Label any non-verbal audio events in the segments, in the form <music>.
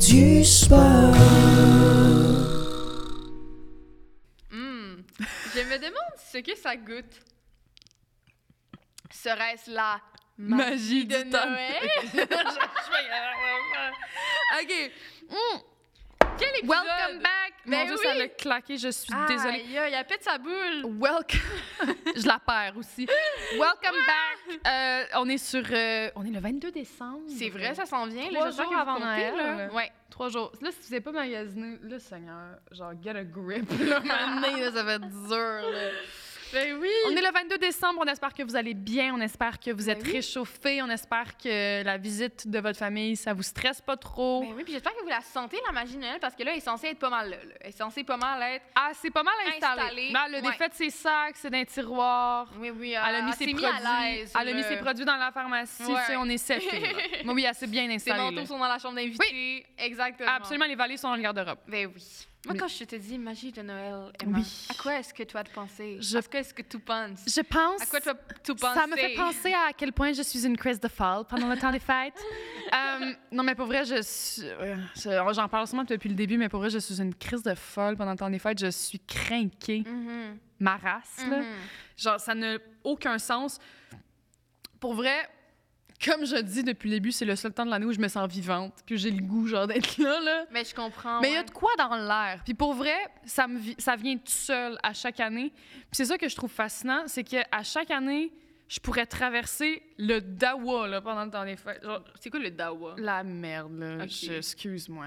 Hmm. ce que ça goûte. Serait-ce la magie, Magie de du temps. <laughs> Noël? <laughs> Je- je vais- OK. Hum. Quel épisode? Welcome back. Ben Mon Dieu, oui. ça l'a claqué. Je suis désolée. Aïe, aïe, elle pète sa boule. Welcome. <laughs> je la perds aussi. Welcome back. Euh, on est sur. euh, on est le 22 décembre. C'est vrai, ça s'en vient. Trois là, j'espère jours que vous avant comptez, Noël. là. Ouais. Trois jours. Là, si vous n'avez pas magasiné, le Seigneur, genre, get a grip. <laughs> Là, maintenant, là, ça va être dur. là. Ben oui. On est le 22 décembre. On espère que vous allez bien. On espère que vous Ben êtes oui. réchauffés. On espère que la visite de votre famille, ça vous stresse pas trop. Ben oui, puis j'espère que vous la sentez, la magie de Noël, parce que là, elle est censée être pas mal là. là. Elle est censée pas mal être. Ah, c'est pas mal installé. Installé, Ben, elle a ouais. défait de ses sacs, c'est d'un tiroir. Oui, oui. euh, Elle a mis ses s'est produits. mise à l'aise. elle a mis là. ses produits dans la pharmacie. Ouais. tu sais, on est setés. là. <laughs> Mais oui, elle s'est bien Ses installée. manteaux là. sont dans la chambre d'invité. Exactement. Absolument, les valises sont dans le garde-robe. Ben oui. Moi, Mais- quand je te dis magie de Noël, Emma, Oui. à quoi est-ce que toi te penser? Je- À quoi est-ce que tu penses? Je pense. À quoi tu tu penses? Ça me fait penser à quel point je suis une crise de folle pendant le temps des fêtes. <laughs> Euh, non, mais pour vrai, je suis. euh, je- J'en parle sûrement depuis le début, mais pour vrai, je suis une crise de folle pendant le temps des fêtes. Je suis crinquée, Mhm, ma race. là. mhm. Genre, ça n'a aucun sens. Pour vrai, comme je dis depuis le début, c'est le seul temps de l'année où je me sens vivante, puis j'ai le goût, genre, d'être là, là. Mais Ben, je comprends. Mais il y ouais. a de quoi dans l'air. Puis pour vrai, ça, me vi- ça vient tout seul à chaque année. Puis c'est ça que je trouve fascinant, c'est qu'à chaque année, je pourrais traverser le dawa là, pendant le temps des fêtes. Genre, C'est quoi le dawa? la merde, là. Ok. Je- Excuse-moi.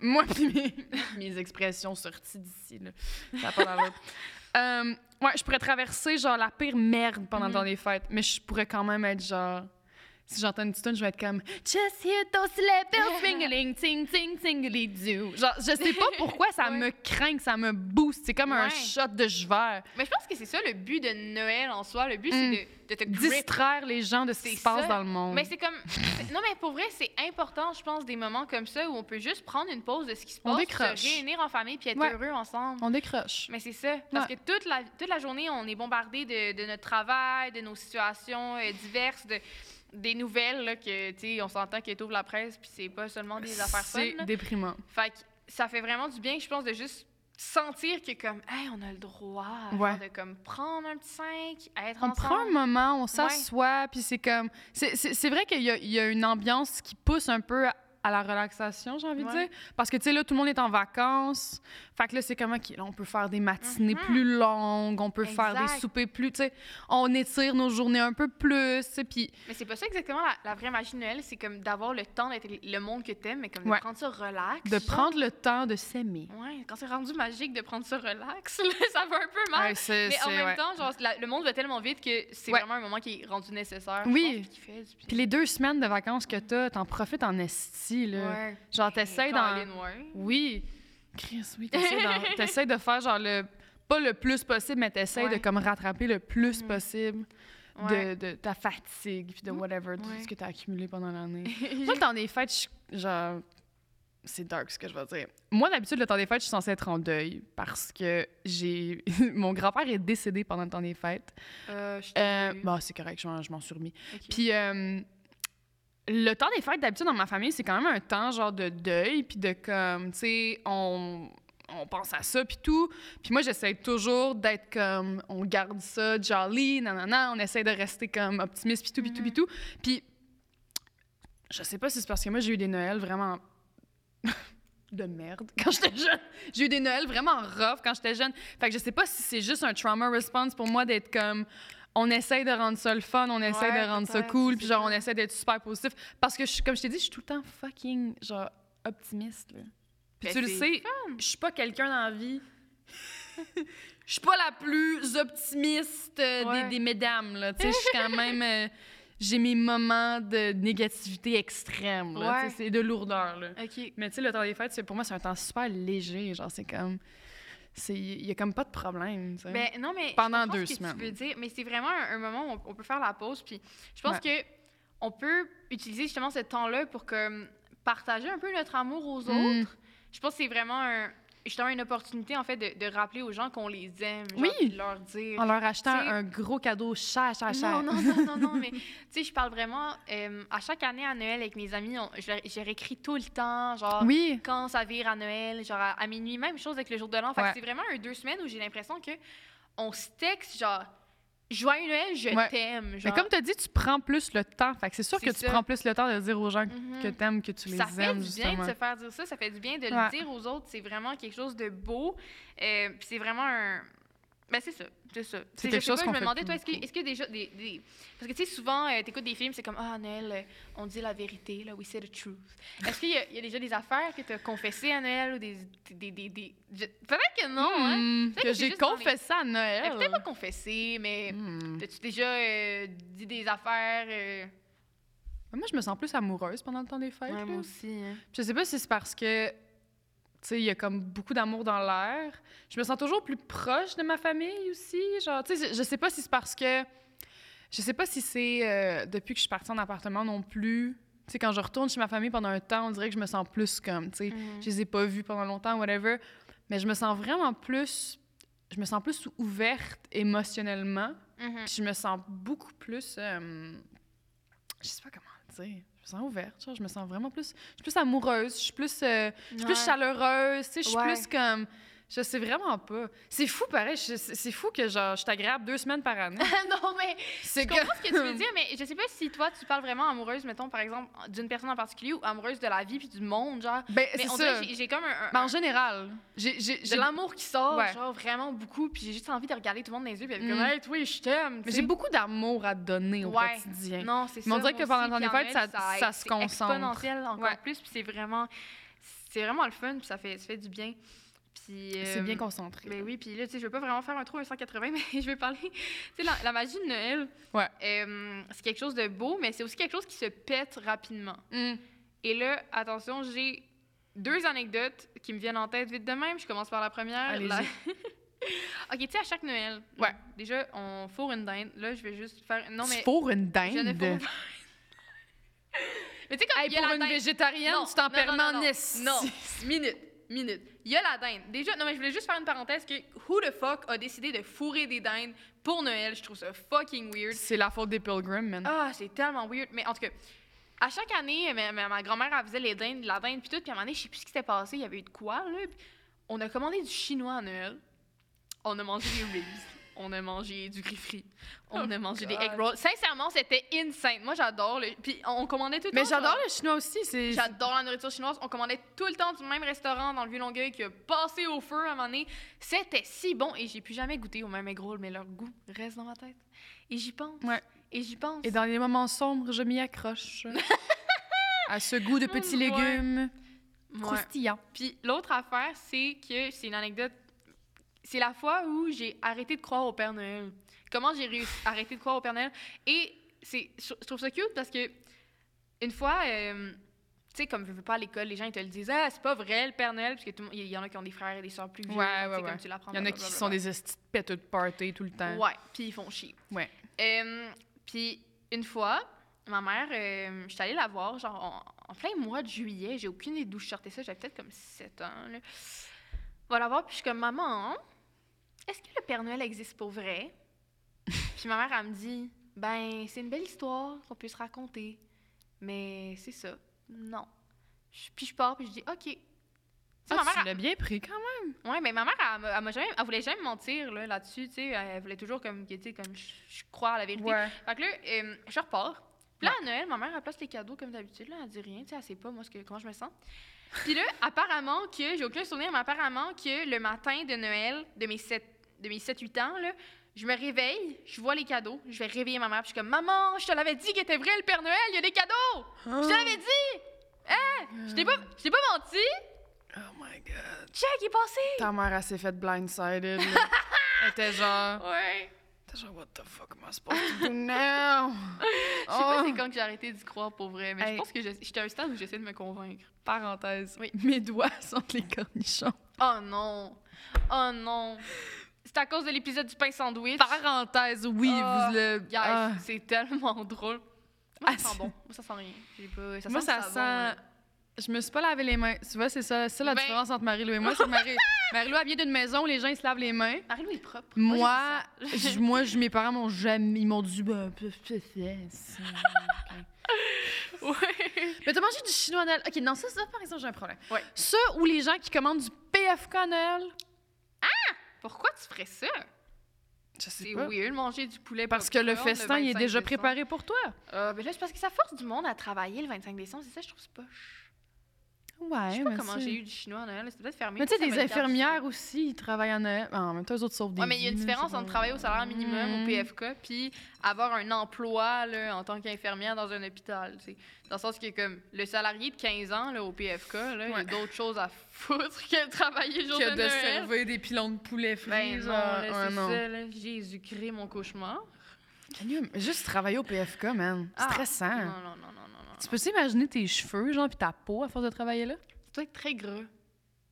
Moi, puis mes, <laughs> mes expressions sorties d'ici, là. Ça a <laughs> pas d'allure. Euh, ouais, je pourrais traverser, genre, la pire merde pendant Mhm. le temps des fêtes, mais je pourrais quand même être, genre... Si j'entends une petite tune, je vais être comme Just hear those sleigh <laughs> bells ringling, ting ting tingly do. Genre, je sais pas pourquoi ça Ouais. me craint, que ça me booste. C'est comme un Ouais. shot de jevers. Mais Ben, je pense que c'est ça le but de Noël en soi. Le but, Mm. c'est de, de te grip. Distraire les gens de ce qui C'est se passe ça. dans le monde. Mais c'est comme. <laughs> c'est- Non, mais pour vrai, c'est important, je pense, des moments comme ça où on peut juste prendre une pause de ce qui se On passe, décroche. se réunir en famille puis être Ouais. heureux ensemble. On décroche. Mais c'est ça. Parce que toute la, toute la journée, on est bombardé de, de notre travail, de nos situations euh, diverses, de, des nouvelles, là, que, tu sais, on s'entend que t'ouvres la presse, puis c'est pas seulement des affaires fun. C'est là. déprimant. Fait que ça fait vraiment du bien, je pense, de juste sentir que, comme, hey, on a le droit à Ouais. faire de, comme, prendre un petit 5, être On ensemble. prend un moment, on s'assoit, puis c'est comme... C'est- C'est c'est vrai qu'il y, a- il y a une ambiance qui pousse un peu à, à la relaxation, j'ai envie de Ouais. dire. Parce que, tu sais, là, tout le monde est en vacances. Fait que là, c'est comme, OK, là, on peut faire des matinées Mhm. plus longues, on peut faire des Exact. soupers plus... Tu sais, on étire nos journées un peu plus, tu sais, puis... Mais c'est pas ça exactement la, la vraie magie de Noël, c'est comme d'avoir le temps d'être le monde que t'aimes, mais comme Ouais. de prendre ça relax. De genre. prendre le temps de s'aimer. Ouais, quand c'est rendu magique de prendre ça relax, <laughs> là, ça fait un peu mal. Ouais, c'est- Mais en c'est- même ouais. temps, genre, la- le monde va tellement vite que c'est Ouais. vraiment un moment qui est rendu nécessaire. Oui. Je pense, qui fait du bien. Puis les deux semaines de vacances que t'as, t'en profites en esti, là. Ouais. Genre, t'essayes Et d'en... Colin, ouais. Oui. Chris, oui, t'essayes <laughs> d'en- t'essayes de faire genre le pas le plus possible, mais t'essayes Ouais. Mm. de comme rattraper le plus possible Ouais. Mm. de, de ta fatigue puis de whatever, de Ouais. ce que t'as accumulé pendant l'année. <laughs> Moi, <laughs> le temps des fêtes, je suis- genre, c'est dark ce que je vais dire. Moi, d'habitude, le temps des fêtes, je suis censée être en deuil parce que j'ai <laughs> mon grand-père est décédé pendant le temps des fêtes. Euh, je Euh, t'ai- bah, c'est correct, je m'en- je m'en suis remis. ok. Puis euh, le temps des fêtes d'habitude dans ma famille, c'est quand même un temps genre de deuil, puis de comme, tu sais, on, on pense à ça, puis tout. Puis moi, j'essaie toujours d'être comme, on garde ça jolly, nanana, on essaie de rester comme optimiste, puis tout, puis tout, puis tout. Puis je sais pas si c'est parce que moi, j'ai eu des Noëls vraiment de merde quand j'étais jeune. J'ai eu des Noëls vraiment rough quand j'étais jeune. Fait que je sais pas si c'est juste un trauma response pour moi d'être comme on essaye de rendre ça le fun, on essaye Ouais, de rendre ça peut-être, cool, c'est puis genre ça. on essaie d'être super positif parce que je suis- comme je t'ai dit, je suis tout le temps fucking genre optimiste là. Puis Ben, tu le c'est sais, je suis pas quelqu'un dans la vie. <laughs> Je suis pas la plus optimiste euh, des- Ouais. des, mesdames là, tu sais, je suis quand même euh, j'ai mes moments de négativité extrême là, Ouais. tu sais, c'est de lourdeur là. Ok. Mais tu sais, le temps des fêtes, c'est- pour moi, c'est un temps super léger. Genre, c'est comme. c'est- Il y a comme pas de problème. tu sais. Ben, non, mais je Pendant comprends deux ce que semaines. Tu veux dire, mais c'est vraiment un, un moment où on, on peut faire la pause. Puis je pense que on peut utiliser justement ce temps-là pour comme partager un peu notre amour aux Mm. autres. Je pense que c'est vraiment un, justement une opportunité en fait de, de rappeler aux gens qu'on les aime, genre, Oui. puis de leur dire. en leur achetant tu sais- un gros cadeau cher, cher, cher. Non, non, non, non, non, mais tu sais, je parle vraiment. euh, à chaque année à Noël avec mes amis, on- je, leur- je leur écris tout le temps, genre. Oui. Quand ça vire à Noël, genre à, à minuit, même chose avec le jour de l'an. Fait que Ouais. c'est vraiment un deux semaines où j'ai l'impression que on se texte, genre, Joyeux Noël, je Ouais. t'aime. Mais Genre, comme tu as dit, tu prends plus le temps. Fait que c'est sûr C'est que tu ça. prends plus le temps de dire aux gens Mhm. que t'aimes, que tu les ça fait aimes, du bien justement. de se faire dire ça, ça fait du bien de Ouais. le dire aux autres. C'est vraiment quelque chose de beau. Euh, Puis c'est vraiment un. Ben, c'est ça, c'est ça. Tu sais, quelque je sais chose pas, qu'on Je me fait demandais, plus toi, est-ce que, beaucoup. est-ce que déjà des, des- Parce que tu sais, souvent, euh, t'écoutes des films, c'est comme Ah, Noël, euh, on dit la vérité, là, we say the truth. Est-ce qu'il y, a- il y a déjà des affaires que t'as confessées à Noël ou des. des, des, des- je- Peut-être que non, hein. Hmm, Peut-être que que c'est j'ai juste dans les- confessé à Euh, Noël. Peut-être pas confessé, mais. Hmm. T'as-tu déjà euh, dit des affaires? euh, Moi, je me sens plus amoureuse pendant le temps des fêtes. là. aussi. Je sais pas si c'est parce que, tu sais, il y a comme beaucoup d'amour dans l'air. Je me sens toujours plus proche de ma famille aussi. Genre, tu sais, je- je sais pas si c'est parce que. Je sais pas si c'est euh, depuis que je suis partie en appartement non plus. Tu sais, quand je retourne chez ma famille pendant un temps, on dirait que je me sens plus comme, tu Mm. sais, Mm-hmm. je les ai pas vus pendant longtemps, whatever. Mais je me sens vraiment plus. Je me sens plus ouverte émotionnellement. Mm-hmm. Puis je me sens beaucoup plus. euh, je sais pas comment le dire. Je me sens ouverte, genre, je me sens vraiment plus. Je suis plus amoureuse, je suis plus, euh, je suis plus chaleureuse, tu sais, je suis Ouais. plus comme. Je sais vraiment pas. C'est fou, pareil. je- C'est c'est fou que genre, je t'agréable deux semaines <laughs> par année. <laughs> non, mais C'est je comprends ce que tu <laughs> veux dire, mais je sais pas si toi, tu parles vraiment amoureuse, mettons, par exemple, d'une personne en particulier ou amoureuse de la vie puis du monde, genre. Ben, Mais c'est on dirait ça. que j'ai- j'ai comme un. un- Ben, en général, j'ai. j'ai- de j'ai- l'amour qui sort, Ouais. genre vraiment beaucoup, puis j'ai juste envie de regarder tout le monde dans les yeux, puis être comme, Mm. hey, toi, je t'aime. mais tu j'ai sais. beaucoup d'amour à donner au Ouais. quotidien. Non, c'est ça. Mais on dirait moi que pendant aussi, le temps des puis en Noël, fêtes, ça- ça se c'est concentre. exponentiel encore Ouais. plus, puis c'est vraiment, c'est vraiment le fun, puis ça fait, ça fait du bien. Puis, C'est euh, bien concentré. Ben oui, puis là, tu sais, je veux pas vraiment faire un trou à 180, <laughs> mais je vais parler. Tu sais, la, la magie de Noël, Ouais. euh, c'est quelque chose de beau, mais c'est aussi quelque chose qui se pète rapidement. Mm. Et là, attention, j'ai deux anecdotes qui me viennent en tête vite de même. Je commence par la première. Allez-y. La- <laughs> ok, tu sais, à chaque Noël, Ouais. déjà, on fourre une dinde. Là, je vais juste faire. Non, Tu mais. fourres une Je ne dinde. fourre pas. mais tu sais, quand Hey, il y a pour la une dinde- végétarienne, Non, tu t'en non, permets non, en non. esti. Non, minute, minute. Il y a la dinde. Déjà, non, mais je voulais juste faire une parenthèse que who the fuck a décidé de fourrer des dindes pour Noël? Je trouve ça fucking weird. C'est la faute des pilgrims, man. Ah, c'est tellement weird. Mais en tout cas, à chaque année, ma, ma- ma grand-mère, elle faisait les dindes, la dinde, puis tout. Puis à un moment donné, je sais plus ce qui s'était passé. Il y avait eu de quoi, là. Puis on a commandé du chinois à Noël. On a mangé des ribs. On a mangé du gris frit. On Oh a mangé God. des egg rolls. Sincèrement, c'était insane. Moi, j'adore. le- Puis on commandait tout le Mais temps, genre- j'adore le chinois aussi. C'est J'adore la nourriture chinoise. On commandait tout le temps du même restaurant dans le Vieux-Longueuil qui a passé au feu à un moment donné. C'était si bon et j'ai plus jamais goûté au même egg roll, mais leur goût reste dans ma tête. Et j'y pense. Ouais. Et j'y pense. Et dans les moments sombres, je m'y <laughs> accroche. à ce goût de petits Ouais. légumes Ouais. croustillants. Puis l'autre affaire, c'est que c'est une anecdote. C'est la fois où j'ai arrêté de croire au Père Noël. Comment j'ai réussi <laughs> à arrêter de croire au Père Noël? Et c'est, je je trouve ça cute parce que une fois, euh, tu sais, comme je veux pas à l'école, les gens ils te le disent, ah, c'est pas vrai le Père Noël, parce que tout le monde- il y en a qui ont des frères et des sœurs plus vieux. Ouais, tu sais, ouais, comme ouais. tu l'apprends, Il y en a qui blablabla. sont des estis de péteux de party tout le temps. Ouais, puis ils font chier. Ouais. Euh, puis une fois, ma mère, euh, je suis allée la voir, genre en, en plein mois de juillet, j'ai aucune idée d'où je sortais ça, j'avais peut-être comme 7 ans. Là. On va la voir, puis je suis comme, maman, est-ce que le Père Noël existe pour <laughs> vrai? puis ma mère, elle me dit, ben, c'est une belle histoire qu'on peut se raconter, mais c'est ça, non. Je- Puis je pars, puis je dis, OK. Tu sais, Ah, ma mère, tu l'as bien pris quand même. Ouais, mais ma mère, elle, m'a- elle m'a jamais, elle voulait jamais me mentir là, là-dessus, tu sais, elle voulait toujours comme, que, tu sais, comme je, je crois à la vérité. Fait que là, euh, je repars. Puis là, à Noël, ma mère, elle place les cadeaux comme d'habitude, là, elle dit rien, tu sais, elle sait pas, moi, ce que, comment je me sens. Puis là, apparemment que, j'ai aucun souvenir, mais apparemment que le matin de Noël, de mes 7, de mes 7 8 ans, là, je me réveille, je vois les cadeaux, je vais réveiller ma mère, puis je suis comme, maman, je te l'avais dit qu'il était vrai, le Père Noël, il y a des cadeaux! Je te l'avais dit! Hein? Je t'ai pas, je t'ai pas menti! Oh my god. Check, il est passé! Ta mère, elle s'est faite blindsided. <laughs> là. Elle était genre. Ouais! elle était genre, what the fuck am I supposed <laughs> to do now? Je sais pas Oh. c'est quand que j'ai arrêté d'y croire pour vrai, mais Hey. je pense que je- j'étais à un stade où j'essaie de me convaincre. Parenthèse. Oui. Mes doigts sont les cornichons. Oh non! Oh non! C'est à cause de l'épisode du pain sandwich. Parenthèse, oui, Ah, vous le. Guys, Ah. c'est tellement drôle. Moi, Ah, ça sent c'est- bon. Moi, ça sent rien. J'ai pas- Ça moi, sent ça le sent. savon, là. Je me suis pas lavé les mains. Tu vois, c'est ça, c'est la Ben- différence entre Marie-Lou et moi. C'est que <laughs> Marie- Marie-Lou, elle vient d'une maison où les gens, ils se lavent les mains. Marie-Lou est propre. Moi, j'ai dit ça. je- moi, je- mes parents m'ont jamais. Ils m'ont dit, bah, peu- peu- peu- <laughs> c'est- Ouais. Mais t'as mangé du chinois à Noël. Ok, non, ça, ça, par exemple, j'ai un problème. Ouais. Ça, ou les gens qui commandent du PFK à Noël. Pourquoi tu ferais ça? Je sais C'est pas. weird manger du poulet Parce que le popcorn festin, il est 25 déjà décembre. préparé pour toi. Ah, ben là, c'est parce que ça force du monde à travailler le 25 décembre. C'est ça, je trouve c'est poche. Ouais, je sais pas comment j'ai eu du chinois à Noël. C'était peut-être fermé. Mais tu sais, Ça me des le garde infirmières aussi, ils travaillent en Noël. Ah, en même temps, eux autres sauvent des Ouais, mais il y a une vies, là, différence c'est entre pas- travailler au salaire minimum Mm. au PFK puis avoir un emploi là, en tant qu'infirmière dans un hôpital. tu sais. Dans le sens que comme le salarié de 15 ans là, au PFK, là, il y Ouais. a d'autres choses à foutre <laughs> que de travailler le jour Que de, de Noël. servir des pilons de poulet frit. Ben non, genre. là, Ouais, c'est non. ça. là. Jésus-Christ, mon cauchemar. Can you- Juste travailler au PFK, man. Ah, Stressant. Non, non, non, non, non. non. Tu peux t'imaginer tes cheveux, genre, puis ta peau à force de travailler là? Ça doit être très gras. doit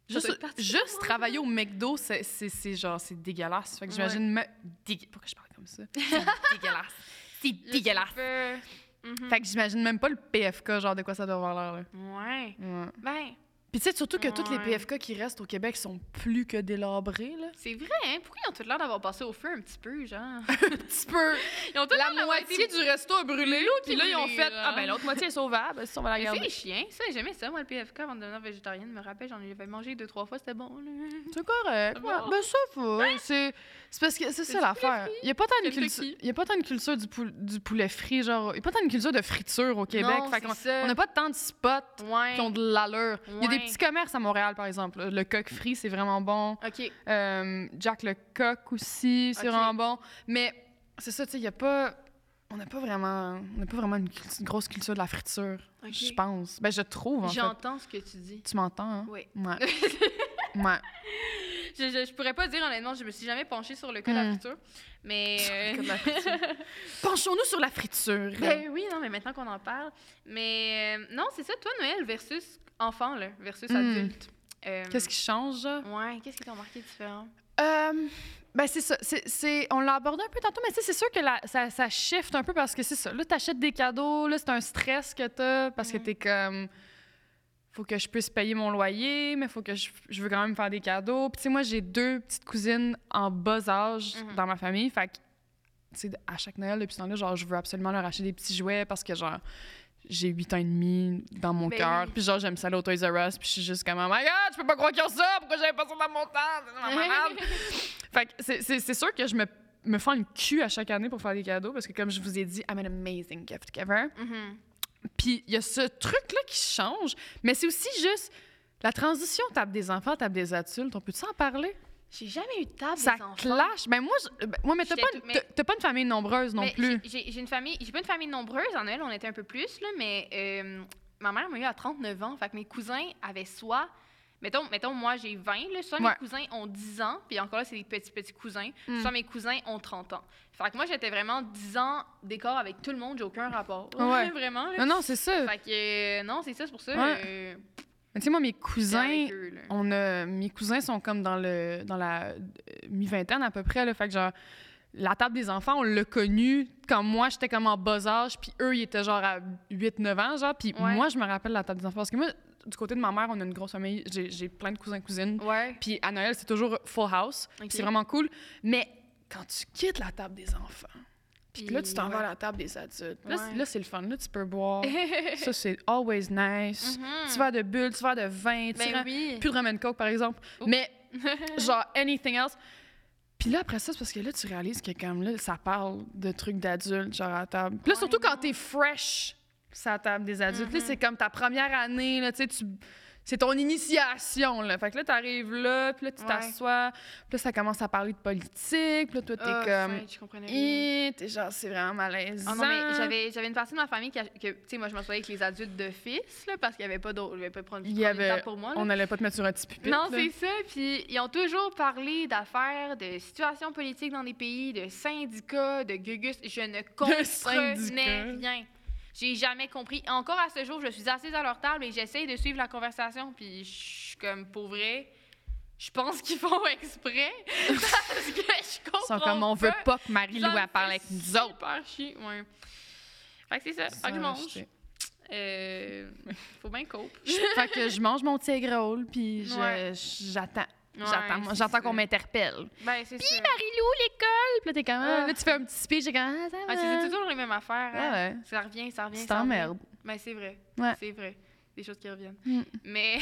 Juste, être particulièrement juste travailler au McDo, c'est- c'est c'est genre, c'est dégueulasse. Fait que Ouais. j'imagine... me- dégue- Pourquoi je parle <laughs> comme ça? C'est dégueulasse. C'est Je dégueulasse. sais pas. Mhm. Fait que j'imagine même pas le PFK, genre, de quoi ça doit avoir l'air, là. Ouais. Ouais. Ben, Puis tu sais, surtout que tous les Ouais. PFK qui restent au Québec sont plus que délabrés, là. c'est vrai, hein? Pourquoi ils ont tout l'air d'avoir passé au feu un petit peu, genre? <laughs> Un petit peu. Ils ont tout l'air La d'avoir moitié été- du resto a brûlé, puis qui là, ils ont brûle, fait... hein. Ah ben, l'autre moitié est sauvable, si on va la Mais c'est garder. les chiens, ça, j'aimais ça, moi, le PFK, avant de devenir végétarienne. Je me rappelle, j'en avais mangé deux, trois fois, c'était bon, là. C'est correct. Ah ouais. bon? Hein? Ben ça va. C'est c'est parce que c'est C'est ça du l'affaire. Il y a pas tant de Kentucky. culture, il y a pas tant de culture du, pou- du poulet frit genre, il y a pas tant de culture de friture au Québec. Non, Fait qu'on- c'est ça. on n'a pas tant de spots Ouais. qui ont de l'allure. Il y a des Ouais. petits commerces à Montréal par exemple, le coq frit c'est vraiment bon. OK. Euh, Jack le coq aussi c'est Ok. vraiment bon, mais c'est ça tu sais il y a pas on n'a pas vraiment on n'a pas vraiment une, cult- une grosse culture de la friture, ok. je pense. Ben je trouve en fait. J'entends ce que tu dis. Tu m'entends hein? Oui. Ouais. je, Ouais. je, je pourrais pas dire, honnêtement, je me suis jamais penchée sur le cas de la Hmm. friture, mais... euh, Sur le cas <laughs> de la Penchons-nous sur la friture. Ben oui, non, mais maintenant qu'on en parle. Mais euh, non, c'est ça, toi, Noël, versus enfant, là, versus Hmm. adulte. euh, Qu'est-ce qui change? là? Ouais, qu'est-ce qui t'a marqué différent? Euh, ben c'est ça. c'est- c'est- on l'a abordé un peu tantôt, mais tu sais, c'est sûr que la- ça, ça shift un peu parce que c'est ça. Là, t'achètes des cadeaux, là, c'est un stress que t'as parce que Mhm. t'es comme. Faut que je puisse payer mon loyer, mais faut que je, je veux quand même faire des cadeaux. Puis, tu sais, moi, j'ai deux petites cousines en bas âge Mhm. dans ma famille. Fait que, tu sais, à chaque Noël, depuis ce temps-là, genre, je veux absolument leur acheter des petits jouets parce que, genre, j'ai 8 ans et demi dans mon Ben cœur. oui. Puis genre, j'aime ça aller au Toys R Us. Puis je suis juste comme, oh my god, je peux pas croire qu'ils ont ça. Pourquoi j'avais pas ça dans mon temps? C'est vraiment <laughs> malade. fait que c'est- c'est c'est sûr que je me, me fends le cul à chaque année pour faire des cadeaux parce que, comme je vous ai dit, I'm an amazing gift giver. Mhm. Puis il y a ce truc-là qui change. Mais c'est aussi juste la transition tape des enfants, tape des adultes. On peut s'en parler? J'ai jamais eu de table ça des enfants. clash. Ben moi, je- ben, ouais, mais t'as J'étais pas, une- tout- mais- t'as- t'as pas une famille nombreuse non Mais plus. j'ai- J'ai j'ai une famille, j'ai pas une famille nombreuse en Noël, on était un peu plus là, mais euh, ma mère m'a eu à 39 ans, fait que mes cousins avaient soit mettons mettons moi j'ai 20 là, soit Ouais. mes cousins ont 10 ans, puis encore là c'est des petits petits cousins, Mm. soit mes cousins ont 30 ans. Fait que moi j'étais vraiment 10 ans d'écart avec tout le monde, j'ai aucun rapport. Ouais. <laughs> vraiment là. Non, non, c'est ça. Fait que euh, non, c'est ça c'est pour ça Ouais. euh, Mais Tu sais, moi, mes j'étais cousins, avec eux, là. on a mes cousins sont comme dans le dans la euh, mi-vingtaine à peu près là, fait que genre la table des enfants, on l'a connue quand moi j'étais comme en bas âge, puis eux ils étaient genre à 8 9 ans genre, puis Ouais. moi je me rappelle la table des enfants parce que moi du côté de ma mère, on a une grosse famille, j'ai j'ai plein de cousins cousines. Ouais. Puis à Noël, c'est toujours full house, puis Ok. c'est vraiment cool, mais quand tu quittes la table des enfants, puis là tu t'en vas à ouais. la table des adultes. Là, c'est- Ouais. là c'est le fun, là tu <laughs> peux boire. Ça c'est always nice. Mhm. <laughs> Tu vas de bulles, tu vas de vin, tu ben rends- oui. <laughs> plus de rum and coke, par exemple. Oups. Mais genre anything else. Puis là, après ça, c'est parce que là, tu réalises que comme là, ça parle de trucs d'adultes, genre à la table. Puis là, Ouais, surtout quand non. t'es fresh, c'est à la table des adultes. Mm-hmm. Là, c'est comme ta première année, là, tu sais, tu... C'est ton initiation, là. Fait que là, t'arrives là, puis là, tu Ouais. t'assois, puis là, ça commence à parler de politique, puis là, toi, t'es Ah, comme... Eh, fin, je comprenais rien. Hi, T'es genre, c'est vraiment malaisant. Ah non, mais j'avais, j'avais une partie de ma famille qui, a- que, tu sais, moi, je me souviens avec les adultes de fils, là, parce qu'il n'y avait pas d'autres, ils ne pas prendre, Il y prendre avait- du temps pour moi. là. On n'allait pas te mettre sur un petit pupitre, Non, là. c'est ça. Puis ils ont toujours parlé d'affaires, de situations politiques dans des pays, de syndicats, de gugus. Je ne comprenais syndicats. rien. J'ai jamais compris. Encore à ce jour, je suis assise à leur table et j'essaye de suivre la conversation. Puis je suis comme, pour vrai, je pense qu'ils font <laughs> exprès. parce que je Ils comprends sont comme, on veut pas que Ça Marie-Lou me elle parle fait avec nous autres. Super chier, ouais. Fait que c'est ça. Fait Ça, que je mange. j'étais- Euh, faut bien cope. <laughs> fait que je mange mon petit roll puis je- Ouais. je- j'attends. Ouais, j'attends c'est j'attends qu'on ça. m'interpelle. Ben, c'est ça. Marie-Lou, l'école! Puis là, t'es comme, ah, Ah. là, tu fais un petit speech, t'es comme, ah, ça Ah, va. c'est toujours les mêmes affaires. Ah hein. ouais. Ça revient, ça revient. Tu ça revient. t'emmerdes. Ben, c'est vrai. Ouais. C'est vrai. des choses qui reviennent. Mm. <laughs> Mais.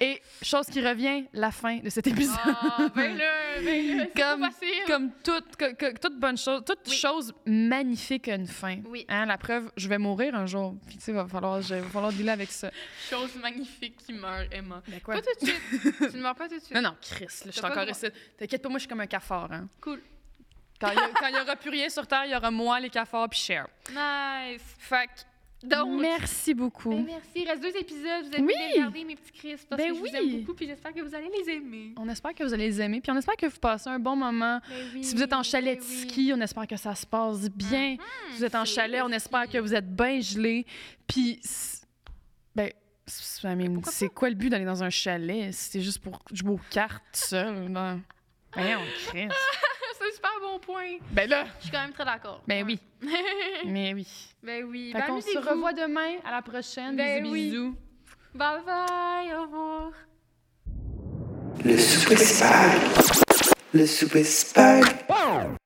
Et chose qui revient, la fin de cet épisode. Ah, ben là, ben là, c'est Comme- pas facile. <laughs> Comme toute, que- que- toute bonne chose, toute Oui. chose magnifique a une fin. Oui, Hein, la preuve, je vais mourir un jour. Puis tu sais, va falloir, je- va falloir dealer avec ça. chose magnifique qui meurt, Emma. Mais Pas tout de <laughs> suite. tu ne meurs pas tout de suite. Non, non, Chris, là, je suis pas encore de ici. T'inquiète pas, moi, je suis comme un cafard. Hein. Cool. Quand il y a- quand il y aura plus rien sur Terre, il y aura moi, les cafards, puis Cher. Nice. Fait que, Donc- merci beaucoup. Ben merci. Il reste deux épisodes. Vous avez Oui. bien regardé mes petits crisps parce Ben que je oui. vous aime beaucoup puis j'espère que vous allez les aimer. On espère que vous allez les aimer, puis on espère que vous passez un bon moment. Ben oui, Si vous êtes en chalet ben de oui. Mm-hmm, ski, on espère que ça se passe bien. Si vous êtes en c'est chalet, on le espère ski. que vous êtes bien gelé. Puis, c- ben, c- I mean, pourquoi c'est quoi le but d'aller dans un chalet? si C'est juste pour jouer aux cartes seul. Ben, on crée. <laughs> C'est un super bon point. Ben là, Je suis quand même très d'accord. <laughs> ben Ouais. oui, mais oui. ben oui. Fait Ben qu'on se amusez-vous. revoit demain à la prochaine. Ben bisous, oui. bisous. Bye bye. Au revoir. Le souper spag. Le souper spag.